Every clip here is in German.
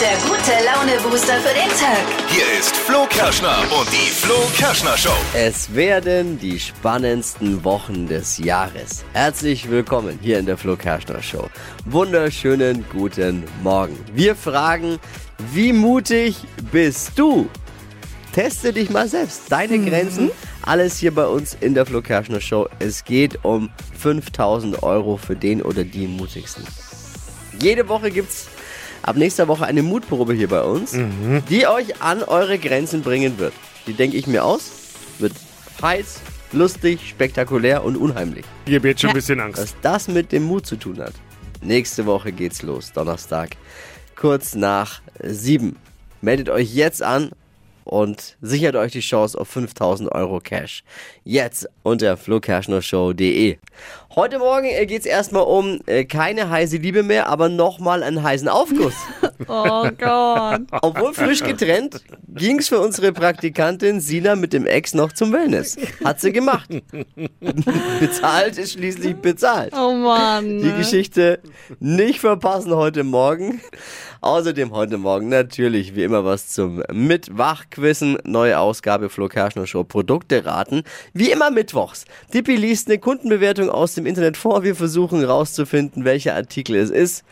Der gute Laune-Booster für den Tag. Hier ist Flo Kerschner und die Flo Kerschner Show. Es werden die spannendsten Wochen des Jahres. Herzlich willkommen hier in der Flo Kerschner Show. Wunderschönen guten Morgen. Wir fragen, wie mutig bist du? Teste dich mal selbst. Deine Grenzen, alles hier bei uns in der Flo Kerschner Show. Es geht um 5000 Euro für den oder die mutigsten. Jede Woche gibt's ab nächster Woche eine Mutprobe hier bei uns, die euch an eure Grenzen bringen wird. Die denke ich mir aus. Wird heiß, lustig, spektakulär und unheimlich. Ich habe jetzt schon ein bisschen Angst. Was das mit dem Mut zu tun hat. Nächste Woche geht's los, Donnerstag, kurz nach sieben. Meldet euch jetzt an und sichert euch die Chance auf 5000 Euro Cash. Jetzt unter flokerschnershow.de. Heute Morgen äh, geht's erstmal um äh, keine heiße Liebe mehr, aber nochmal einen heißen Aufguss. Oh Gott. Obwohl frisch getrennt, ging's für unsere Praktikantin Sina mit dem Ex noch zum Wellness. Hat sie gemacht. bezahlt ist schließlich bezahlt. Oh Mann. Die Geschichte nicht verpassen heute Morgen. Außerdem heute Morgen natürlich wie immer was zum Mitwachquissen. Neue Ausgabe Flo Kerschner Show Produkte raten. Wie immer mittwochs. Dippi liest eine Kundenbewertung aus dem Internet vor. Wir versuchen rauszufinden, welcher Artikel es ist.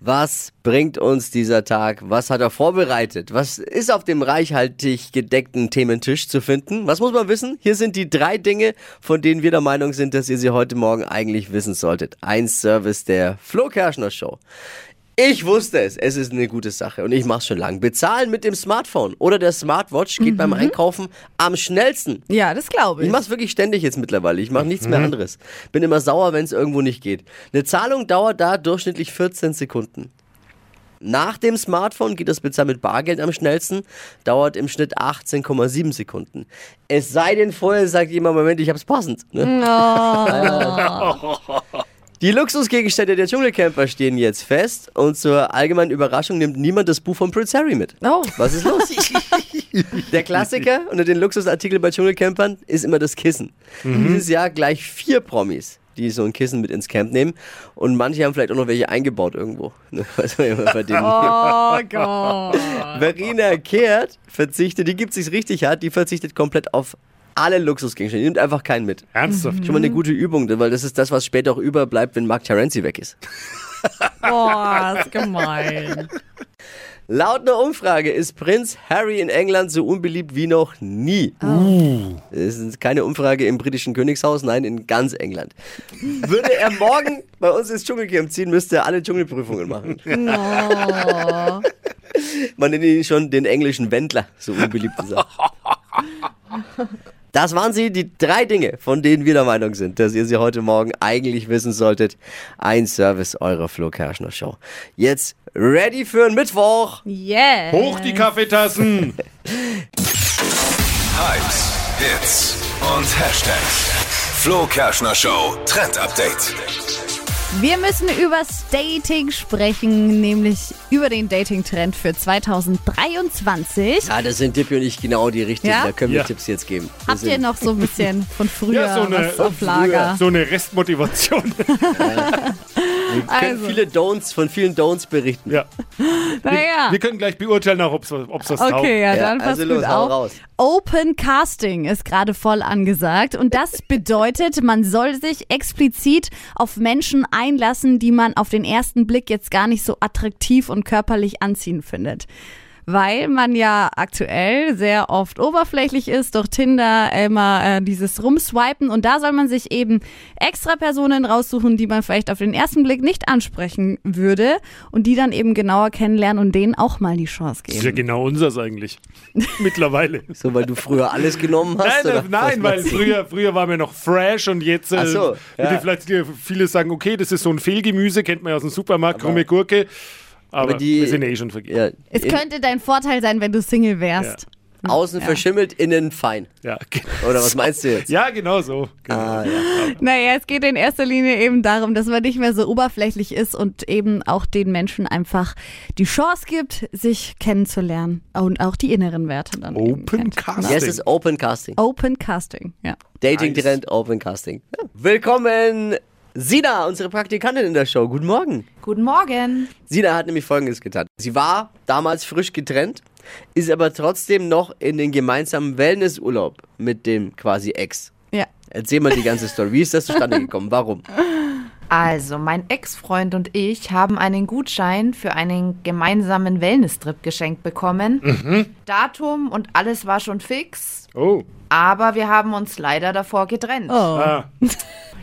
Was bringt uns dieser Tag? Was hat er vorbereitet? Was ist auf dem reichhaltig gedeckten Thementisch zu finden? Was muss man wissen? Hier sind die drei Dinge, von denen wir der Meinung sind, dass ihr sie heute Morgen eigentlich wissen solltet. Ein Service der Flo Kerschner Show. Ich wusste es, es ist eine gute Sache und ich mach's schon lang. Bezahlen mit dem Smartphone oder der Smartwatch geht beim Einkaufen am schnellsten. Ja, das glaube Ich ich. mach's wirklich ständig jetzt mittlerweile. Ich mache nichts mehr anderes. Bin immer sauer, wenn es irgendwo nicht geht. Eine Zahlung dauert da durchschnittlich 14 Sekunden. Nach dem Smartphone geht das Bezahlen mit Bargeld am schnellsten, dauert im Schnitt 18,7 Sekunden. Es sei denn, vorher sagt jemand, Moment, ich hab's passend. Ne? Oh Die Luxusgegenstände der Dschungelcamper stehen jetzt fest und zur allgemeinen Überraschung nimmt niemand das Buch von Prince Harry mit. Oh. Was ist los? Der Klassiker unter den Luxusartikeln bei Dschungelcampern ist immer das Kissen. Mhm. Dieses Jahr gleich vier Promis, die so ein Kissen mit ins Camp nehmen. Und manche haben vielleicht auch noch welche eingebaut irgendwo. Ne, Weiß man ja immer bei denen. Oh Gott. Verena Kehrt verzichtet, die gibt sich's richtig hart, die verzichtet komplett auf alle Luxusgegenstände. Die nimmt einfach keinen mit. Ernsthaft? Schon mal Mhm. eine gute Übung, weil das ist das, was später auch überbleibt, wenn Mark Terenzi weg ist. Boah, ist gemein. Laut einer Umfrage ist Prinz Harry in England so unbeliebt wie noch nie. Äh. Es ist keine Umfrage im britischen Königshaus, nein, in ganz England. Würde er morgen bei uns ins Dschungelcamp ziehen, müsste er alle Dschungelprüfungen machen. Oh. Man nennt ihn schon den englischen Wendler, so unbeliebt ist er. Das waren sie, die drei Dinge, von denen wir der Meinung sind, dass ihr sie heute Morgen eigentlich wissen solltet. Ein Service eurer Flo Kerschner Show. Jetzt ready für den Mittwoch. Yeah. Hoch die Kaffeetassen! Hypes, Hits und Hashtags. Flo Kerschner Show Trend Update. Wir müssen über Dating sprechen, nämlich über den Dating-Trend für 2023. Ja, das Ah, sind Tippi und ich genau die richtigen. Ja? Da können wir Ja. Tipps jetzt geben. Wir Habt ihr sind- noch so ein bisschen von früher Ja, so eine- was auf Lager? So eine Restmotivation. Wir können also. viele Don'ts von vielen Don'ts berichten. ja. naja. Wir können gleich beurteilen, ob es was taugt. Okay, ja, Ja, dann passt also los, gut hau auf. raus. Open Casting ist gerade voll angesagt und das bedeutet, man soll sich explizit auf Menschen einlassen, die man auf den ersten Blick jetzt gar nicht so attraktiv und körperlich anziehend findet. Weil man ja aktuell sehr oft oberflächlich ist, durch Tinder immer äh, dieses Rumswipen und da soll man sich eben extra Personen raussuchen, die man vielleicht auf den ersten Blick nicht ansprechen würde und die dann eben genauer kennenlernen und denen auch mal die Chance Das geben. ist ja genau unseres eigentlich. Mittlerweile. So, weil du früher alles genommen hast? Nein, oder nein, was nein weil meinst du? früher, früher waren wir noch fresh und jetzt äh, Ach so, würde ja. vielleicht hier viele sagen, okay, das ist so ein Fehlgemüse, kennt man ja aus dem Supermarkt, krumme Gurke. Aber, Aber die- wir sind ja eh schon vergeben. Ja, Es könnte dein Vorteil sein, wenn du Single wärst. außen verschimmelt, innen fein. Ja. Oder was meinst du jetzt? ja, genau so. Genau. Ah, ja. Naja, es geht in erster Linie eben darum, dass man nicht mehr so oberflächlich ist und eben auch den Menschen einfach die Chance gibt, sich kennenzulernen. Und auch die inneren Werte dann. eben Open kennt. Casting. ja, es ist Oh, Open Casting. Open Casting, ja. Dating Trend, Open Casting. Ja. Willkommen Sina, unsere Praktikantin in der Show. Guten Morgen. Guten Morgen. Sina hat nämlich Folgendes getan. Sie war damals frisch getrennt, ist aber trotzdem noch in den gemeinsamen Wellnessurlaub mit dem quasi Ex. Ja. Erzähl mal die ganze Story. Wie ist das zustande gekommen? Warum? Also, mein Ex-Freund und ich haben einen Gutschein für einen gemeinsamen Wellness-Trip geschenkt bekommen. Datum und alles war schon fix, Oh. aber wir haben uns leider davor getrennt. Oh. Ah.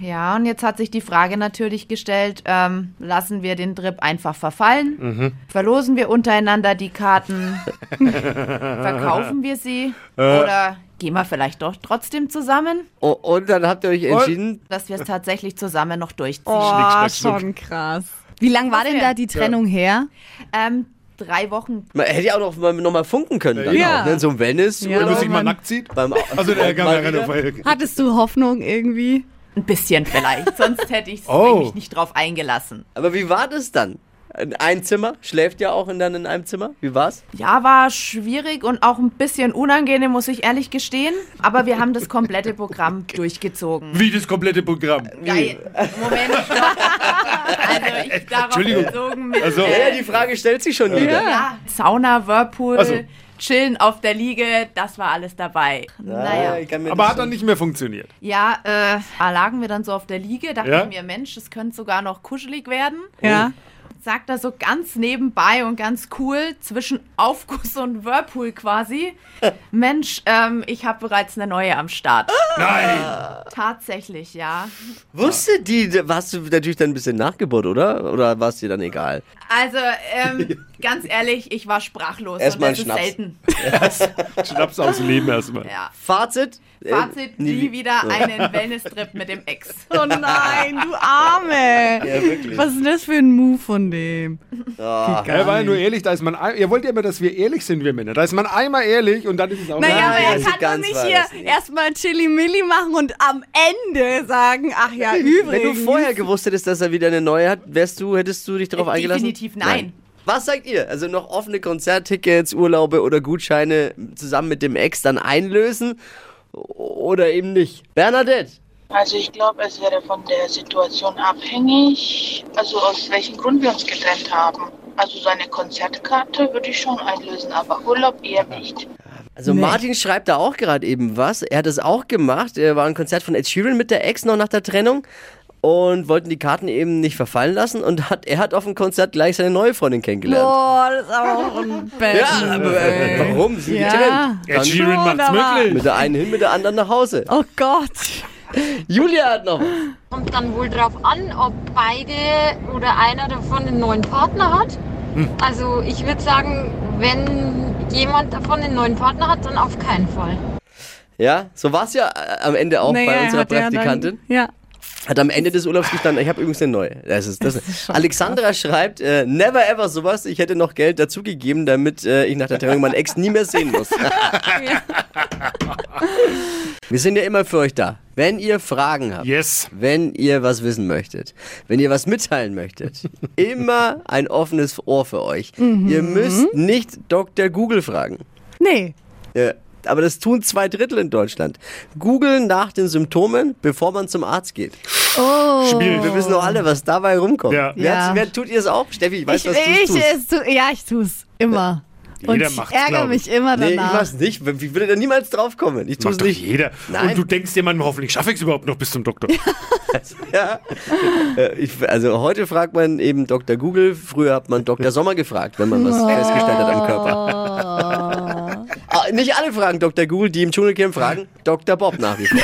Ja, und jetzt hat sich die Frage natürlich gestellt, ähm, lassen wir den Trip einfach verfallen? Verlosen wir untereinander die Karten? verkaufen wir sie? Oder gehen wir vielleicht doch trotzdem zusammen, O- Und dann habt ihr euch entschieden, dass wir es tatsächlich zusammen noch durchziehen? Oh. Schnick, schnack, schnuck. schon krass. Wie lang war denn da die Trennung her? Ähm, drei Wochen. man hätte ja auch noch mal, noch mal funken können dann Ja. auch, ne? In so einem Wenn Wellnessurlaub. man aber sich mal man- nackt sieht. Beim- Also der kann mal ja keine wieder. Folge. Hattest du Hoffnung irgendwie? Ein bisschen vielleicht, sonst hätte ich Oh. mich nicht drauf eingelassen. Aber wie war das dann? In einem Zimmer? Schläft ja auch in, dann in einem Zimmer? Wie war's? Ja, war schwierig und auch ein bisschen unangenehm, muss ich ehrlich gestehen. Aber wir haben das komplette Programm durchgezogen. Wie das komplette Programm. Geil. Moment, stopp. Also ich darauf Entschuldigung. bezogen mit Also, Ja, ja, die Frage stellt sich schon wieder. ja, Sauna, Whirlpool, Also. Chillen auf der Liege, das war alles dabei. Ah, Naja. ich kann mir aber das hat dann nicht mehr funktioniert. Ja, äh, da lagen wir dann so auf der Liege, dachte Ja. ich mir, Mensch, das könnte sogar noch kuschelig werden. Ja. Sagt er so ganz nebenbei und ganz cool, zwischen Aufguss und Whirlpool quasi. Mensch, ähm, ich habe bereits eine neue am Start. Nein! Tatsächlich, ja. Wusste die, da warst du natürlich dann ein bisschen nachgeburt, oder? Oder war es dir dann egal? Also, ähm, ganz ehrlich, ich war sprachlos Erst mal und das einen ist Schnaps. selten. Schnaps aus dem Leben erstmal. Ja. Fazit? Fazit, Äh, nie nie wie- wieder einen Wellness-Trip mit dem Ex. Oh nein, du Arme. Ja, wirklich. Was ist denn das für ein Move von dem? Ah. Ja, weil nur ehrlich, da ist man. ein- Ihr wollt ja immer, dass wir ehrlich sind, wir Männer. Da ist man einmal ehrlich und dann ist es auch. Naja, aber also er kann ganz doch war nicht das hier nicht. erstmal Chili-Milli machen und am Ende sagen, ach ja, übrigens. Wenn du vorher gewusst hättest, dass er wieder eine neue hat, wärst du, hättest du dich darauf eingelassen? Definitiv nein. Was sagt ihr? Also noch offene Konzerttickets, Urlaube oder Gutscheine zusammen mit dem Ex dann einlösen oder eben nicht? Bernadette, Also ich glaube, es wäre von der Situation abhängig, also aus welchem Grund wir uns getrennt haben. Also seine Konzertkarte würde ich schon einlösen, aber Urlaub eher nicht. also Martin schreibt da auch gerade eben was. Er hat es auch gemacht. Er war ein Konzert von Ed Sheeran mit der Ex noch nach der Trennung und wollten die Karten eben nicht verfallen lassen und hat er hat auf dem Konzert gleich seine neue Freundin kennengelernt. Boah, das ist aber auch ein Bad Ja, aber, äh, warum? Sie sind Ja. getrennt. Ed Dann Sheeran macht's Wunderbar. möglich. mit der einen hin, mit der anderen nach Hause. Oh Gott. Julia hat noch was. kommt dann wohl drauf an, ob beide oder einer davon einen neuen Partner hat. Hm. Also ich würde sagen, wenn jemand davon einen neuen Partner hat, dann auf keinen Fall. Ja, so war es ja äh, am Ende auch Naja, bei er unserer hat ja dann- Praktikantin. Ja. Hat am Ende des Urlaubs gestanden, ich habe übrigens eine neue. Das ist, das Alexandra schreibt, äh, never ever sowas, ich hätte noch Geld dazugegeben, damit äh, ich nach der Trennung meinen Ex nie mehr sehen muss. Wir sind ja immer für euch da. Wenn ihr Fragen habt, Yes. wenn ihr was wissen möchtet, wenn ihr was mitteilen möchtet, immer ein offenes Ohr für euch. Ihr müsst nicht Dr. Google fragen. Nee. Ja, aber das tun zwei Drittel in Deutschland. Googeln nach den Symptomen, bevor man zum Arzt geht. Oh. Spiel. Wir wissen doch alle, was dabei rumkommt. Ja. Wer, hat's- Ja. wer tut ihr es auch? Steffi, ich weiß, ich, was du ich, tust. es tu, ja, ich tue es immer. Und Jeder ich macht's, ärgere glaub ich. mich immer Nee, ich danach. mach's nicht. Wie würde da niemals draufkommen? Ich tu's Macht doch nicht. jeder. Nein. Und du denkst dir manchmal, hoffentlich schaffe ich es überhaupt noch bis zum Doktor. Ja. Äh, ich, also heute fragt man eben Dr. Google, früher hat man Dr. Sommer gefragt, wenn man was festgestellt hat am Körper. Ah, Nicht alle fragen Dr. Google, die im Dschungelcamp fragen Dr. Bob nach wie vor.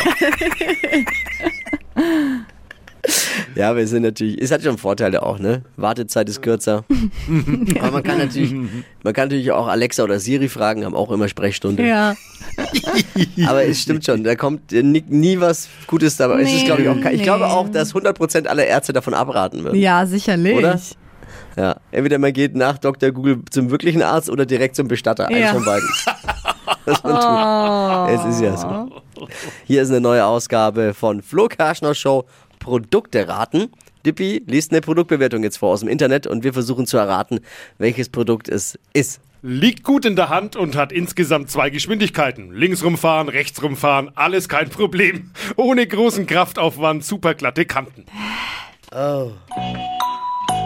Ja, wir sind natürlich, es hat schon Vorteile auch, ne? Wartezeit ist kürzer. Aber man kann natürlich, man kann natürlich auch Alexa oder Siri fragen, haben auch immer Sprechstunde. ja. Aber es stimmt schon, da kommt nie, nie was Gutes dabei. es ist, Nee, glaube ich, auch, kein- ich nee. glaube auch, dass 100% aller Ärzte davon abraten würden. ja, sicherlich. Oder? Ja. Entweder man geht nach Dr. Google zum wirklichen Arzt oder direkt zum Bestatter. Eins Ja. von beiden. Was man tut. Es ist ja so. Hier ist eine neue Ausgabe von Flo Kerschner Show Produkte raten. Dippi liest eine Produktbewertung jetzt vor aus dem Internet und wir versuchen zu erraten, welches Produkt es ist. Liegt gut in der Hand und hat insgesamt zwei Geschwindigkeiten. Links rumfahren, rechts rumfahren, alles kein Problem. Ohne großen Kraftaufwand, super glatte Kanten.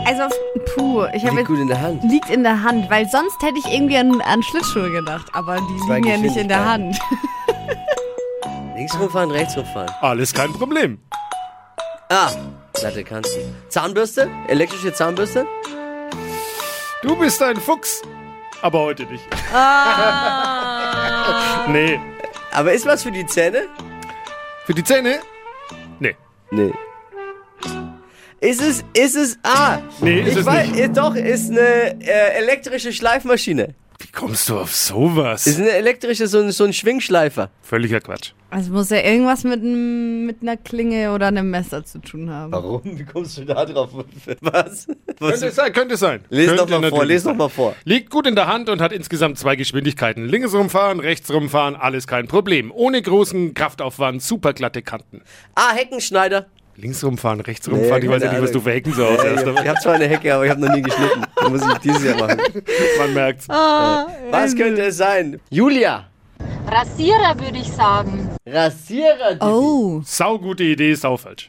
Also, puh, ich habe Liegt jetzt. gut in der Hand. Liegt in der Hand, weil sonst hätte ich irgendwie an, an Schlittschuhe gedacht, aber die Zwei liegen ja nicht in der Hand. Links rumfahren, rechts rumfahren. Alles kein Problem. Ah, glatte Kanten. Zahnbürste? Elektrische Zahnbürste? Du bist ein Fuchs, aber heute nicht. Ah. nee. Aber ist was für die Zähne? Für die Zähne? Nee. Nee. Ist es, ist es, ah! Nee, ist ich es weiß, nicht. Ist doch, ist eine äh, elektrische Schleifmaschine. Wie kommst du auf sowas? Ist eine elektrische, so ein, so ein Schwingschleifer. Völliger Quatsch. Also muss ja irgendwas mit, einem- mit einer Klinge oder einem Messer zu tun haben. Warum? Wie kommst du da drauf? Was? Was? Könnte sein, könnte sein. Lies doch könnte Also- mal vor, natürlich lies doch sein. mal vor. Liegt gut in der Hand und hat insgesamt zwei Geschwindigkeiten. Links rumfahren, rechts rumfahren, alles kein Problem. Ohne großen Kraftaufwand, super glatte Kanten. Ah, Heckenschneider. Links rumfahren, rechts Nee, rumfahren, ich weiß ja keine nicht, was du Also, Ahnung. für Hecken so aushast, Ich aber habe zwar eine Hecke, aber ich habe noch nie geschnitten. Das muss ich dieses Jahr machen. man merkt's. Ah. Äh. Was könnte es sein? Julia. Rasierer würde ich sagen. Rasierer. Oh, Sau gute Idee, sau falsch.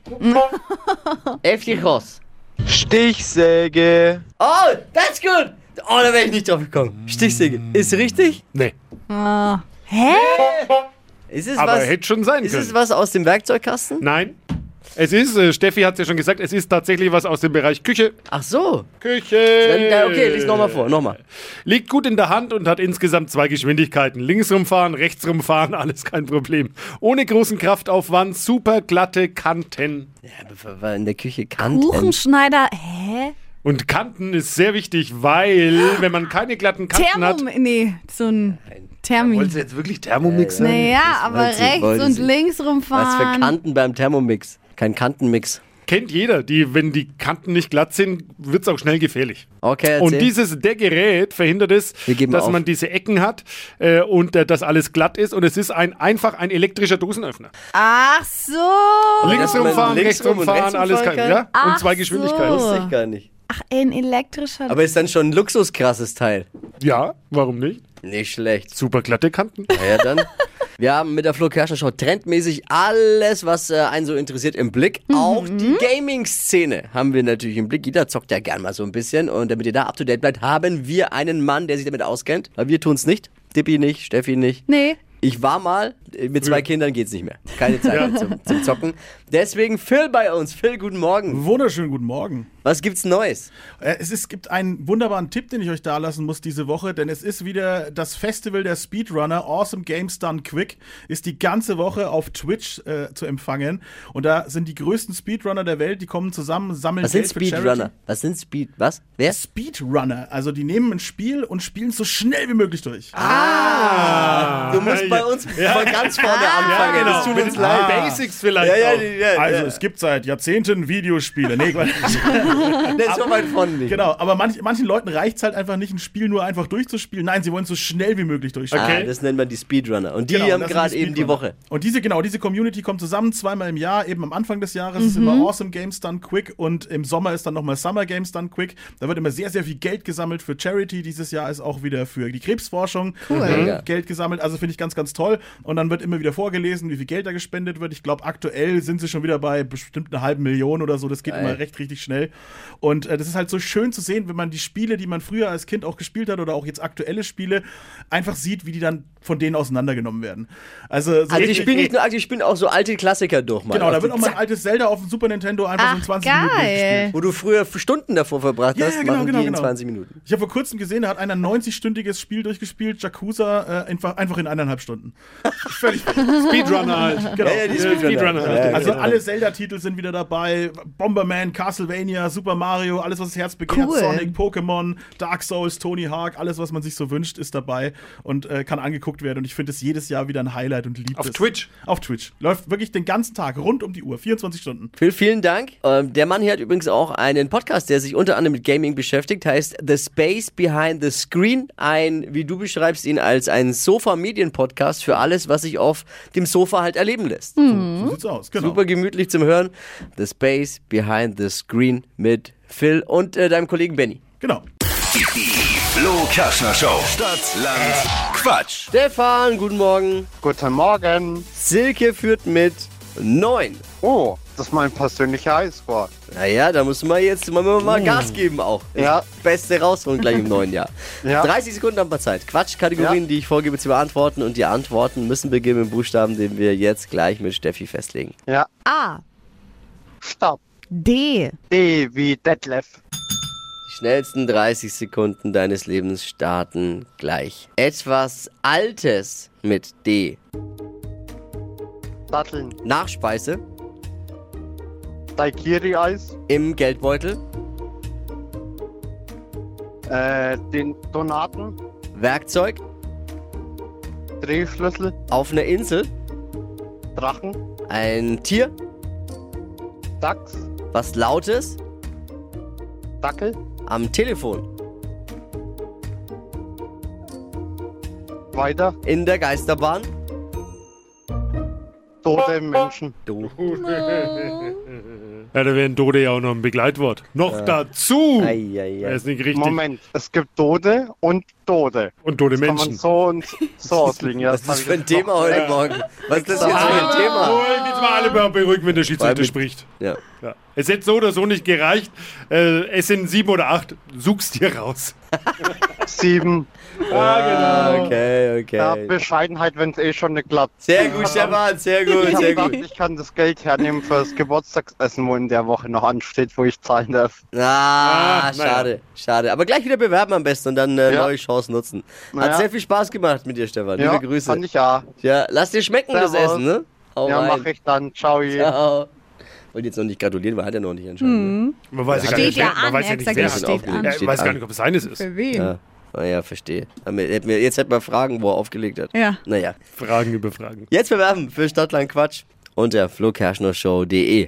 Eftichos. Stichsäge. Oh, that's good. Oh, da wäre ich nicht drauf gekommen. Stichsäge. Ist richtig? Nee, Ist es aber was? hätte schon sein Ist können. es was aus dem Werkzeugkasten? Nein. Es ist, äh, Steffi hat es ja schon gesagt, es ist tatsächlich was aus dem Bereich Küche. Ach so. Küche! Dann, ja, okay, lies nochmal vor, nochmal. Liegt gut in der Hand und hat insgesamt zwei Geschwindigkeiten. Links rumfahren, rechts rumfahren, alles kein Problem. Ohne großen Kraftaufwand, super glatte Kanten. Weil in der Küche kann. Kuchenschneider, hä? Und Kanten ist sehr wichtig, weil wenn man keine glatten Kanten Thermom, hat, nee, so ein Thermi. Wolltest du jetzt wirklich Thermomix ne? sagen? Naja, aber wollte sie, wollte rechts und sie. links rumfahren. Was für Kanten beim Thermomix? Kein Kantenmix. kennt jeder, die, wenn die Kanten nicht glatt sind, wird es auch schnell gefährlich. Okay, erzähl. Und dieses der Gerät verhindert es, Wir geben dass auf. man diese Ecken hat äh, und äh, dass alles glatt ist. Und es ist ein, einfach ein elektrischer Dosenöffner. Ach so. Links Oh, dass man rumfahren, links rechts rum und rechts rumfahren, alles rumfahren kein, kann? ja? Und Ach zwei so. Geschwindigkeiten. Oh. Wusste ich gar nicht. Ach, ein elektrischer. Aber ist dann schon ein luxuskrasses Teil. Ja, warum nicht? Nicht schlecht. Super glatte Kanten. Na ja, dann. Wir haben mit der Flo Kerschner Show trendmäßig alles, was äh, einen so interessiert, im Blick. Auch die Gaming-Szene haben wir natürlich im Blick. Jeder zockt ja gern mal so ein bisschen. Und damit ihr da up to date bleibt, haben wir einen Mann, der sich damit auskennt. Weil wir tun's nicht. Dippi nicht, Steffi nicht. nee. Ich war mal, äh, mit zwei Kindern geht's nicht mehr. Keine Zeit mehr zum, zum Zocken. Deswegen Phil bei uns. Phil, guten Morgen. Wunderschönen guten Morgen. Was gibt's Neues? Äh, Es ist, gibt einen wunderbaren Tipp, den ich euch da lassen muss diese Woche, denn es ist wieder das Festival der Speedrunner. Awesome Games Done Quick ist die ganze Woche auf Twitch äh, zu empfangen. Und da sind die größten Speedrunner der Welt, die kommen zusammen, sammeln Was sind Geld für Charity. Speedrunner? Was sind Speed... Was? Wer? Speedrunner, also die nehmen ein Spiel und spielen es so schnell wie möglich durch. Du Ah, musst bei uns von ganz vorne anfangen. Ah, genau. Es tut uns Mit leid. Ah. Basics vielleicht Ja, ja, auch. die- ja, also ja. es gibt seit Jahrzehnten Videospiele. Nee, Quatsch. Das ist so weit von nicht. genau, aber manch, manchen Leuten reicht es halt einfach nicht, ein Spiel nur einfach durchzuspielen. Nein, sie wollen es so schnell wie möglich durchspielen. Ah, Okay. das nennt man die Speedrunner. Und die Genau, haben das sind gerade eben die Speedrunner. Woche. Und diese, genau, diese Community kommt zusammen zweimal im Jahr, eben am Anfang des Jahres Mhm. ist immer Awesome Games Done Quick und im Sommer ist dann nochmal Summer Games Done Quick. Da wird immer sehr, sehr viel Geld gesammelt für Charity. Dieses Jahr ist auch wieder für die Krebsforschung Ja. äh, Geld gesammelt. Also finde ich ganz, ganz toll. Und dann wird immer wieder vorgelesen, wie viel Geld da gespendet wird. Ich glaube, aktuell sind sie schon wieder bei bestimmt einer halben Million oder so. Das geht immer recht, richtig schnell. Und äh, das ist halt so schön zu sehen, wenn man die Spiele, die man früher als Kind auch gespielt hat oder auch jetzt aktuelle Spiele, einfach sieht, wie die dann von denen auseinandergenommen werden. Also, so Also ich bin nicht nur aktiv, ich bin auch so alte Klassiker durch. Mann. Genau, da Auf wird die auch mal ein Zack, altes Zelda auf dem Super Nintendo einfach so in Ach, 20 Minuten geil. gespielt. genau, Wo du früher Stunden davor verbracht hast, machen die in 20 Minuten. Ich habe vor kurzem gesehen, da hat einer ein 90-stündiges Spiel durchgespielt, Jakusa, äh, einfach, einfach in eineinhalb Stunden. Völlig Speedrunner halt. Genau. Ja, die Speedrunner. Speedrunner. halt. Ja, Also genau. alle Zelda-Titel sind wieder dabei. Bomberman, Castlevania, Super Mario, alles, was das Herz begehrt. Cool. Sonic, Pokémon, Dark Souls, Tony Hawk, alles, was man sich so wünscht, ist dabei und äh, kann angeguckt werden. Und ich finde es jedes Jahr wieder ein Highlight und liebe Auf es. Twitch? Auf Twitch. Läuft wirklich den ganzen Tag, rund um die Uhr, 24 Stunden. Phil, vielen Dank. Ähm, der Mann hier hat übrigens auch einen Podcast, der sich unter anderem mit Gaming beschäftigt, heißt The Space Behind the Screen. Ein, wie du beschreibst ihn, als ein Sofa-Medien-Podcast für alles, was sich auf dem Sofa halt erleben lässt. So sieht's aus, genau. Super gemütlich zum Hören. The Space Behind the Screen mit Phil und äh, deinem Kollegen Benny. Genau. Die Flo Kerschner Show. Stadt, Land, Quatsch. Stefan, guten Morgen. Guten Morgen. Silke führt mit 9. Oh, das ist mein persönlicher Eiswort. Naja, da muss man jetzt mal, mal, mal Gas geben auch. Ja. Beste Rausrung gleich im neuen Jahr. Ja. 30 Sekunden haben wir Zeit. Quatschkategorien, Ja. die ich vorgebe zu beantworten. Und die Antworten müssen beginnen mit dem Buchstaben, den wir jetzt gleich mit Steffi festlegen. Ja. A. Stopp. D. D wie Detlef. Die schnellsten 30 Sekunden deines Lebens starten gleich. Etwas Altes mit D. Datteln. Nachspeise Daikiri-Eis. im Geldbeutel. Äh, den Donaten. Werkzeug Drehschlüssel. auf einer Insel. Drachen. Ein Tier, Dachs. was Lautes Dackel. am Telefon. Weiter. In der Geisterbahn. Tote Menschen. Du. Ja, da wäre ein Dode ja auch noch ein Begleitwort. Noch dazu! Eieiei. Er ist nicht richtig. Moment, es gibt Tote und Tote. Und tote das Kann Menschen. man so und so auslegen. Ja, Was ist hab das ich für ein Ah. jetzt Thema noch- heute Morgen? Was ist das jetzt für ein Thema? Wollen jetzt mal alle mal beruhigen, wenn der Weil Schiedsrichter mit- spricht. Ja. Ja. Es hätte so oder so nicht gereicht. Äh, es sind sieben oder acht. Such's dir raus. Sieben. Okay, Ja, okay. Bescheidenheit, wenn es eh schon nicht klappt. Sehr gut, Stefan, sehr Ich gut, hab sehr gedacht, gut. ich kann das Geld hernehmen fürs Geburtstagsessen, wo in der Woche noch ansteht, wo ich zahlen darf. Ah, Ah, naja. schade, schade. Aber gleich wieder bewerben am besten und dann äh, Ja. neue Chancen nutzen. Hat Naja. sehr viel Spaß gemacht mit dir, Stefan. ja, Liebe Grüße. Kann ich ja. Ja, lass dir schmecken, das Servus. Essen, ne? Hau ja, rein. mache ich dann. Ciao. je. Ciao. Wollte jetzt noch nicht gratulieren, weil hat er noch nicht ne? entschieden. Man weiß ja, gar Steht nicht, ja wer- man an, weiß ja er nicht, hat wer es ist. gesagt, es steht an. Ja, Steht Ich weiß an. gar nicht, ob es seines ist. Für wen? Ne? Ja. Naja, verstehe. Aber hätten wir- Jetzt hätten wir Fragen, wo er aufgelegt hat. Ja. Naja. Fragen über Fragen. Jetzt bewerben für Stadtland Quatsch unter flokerschnershow.de.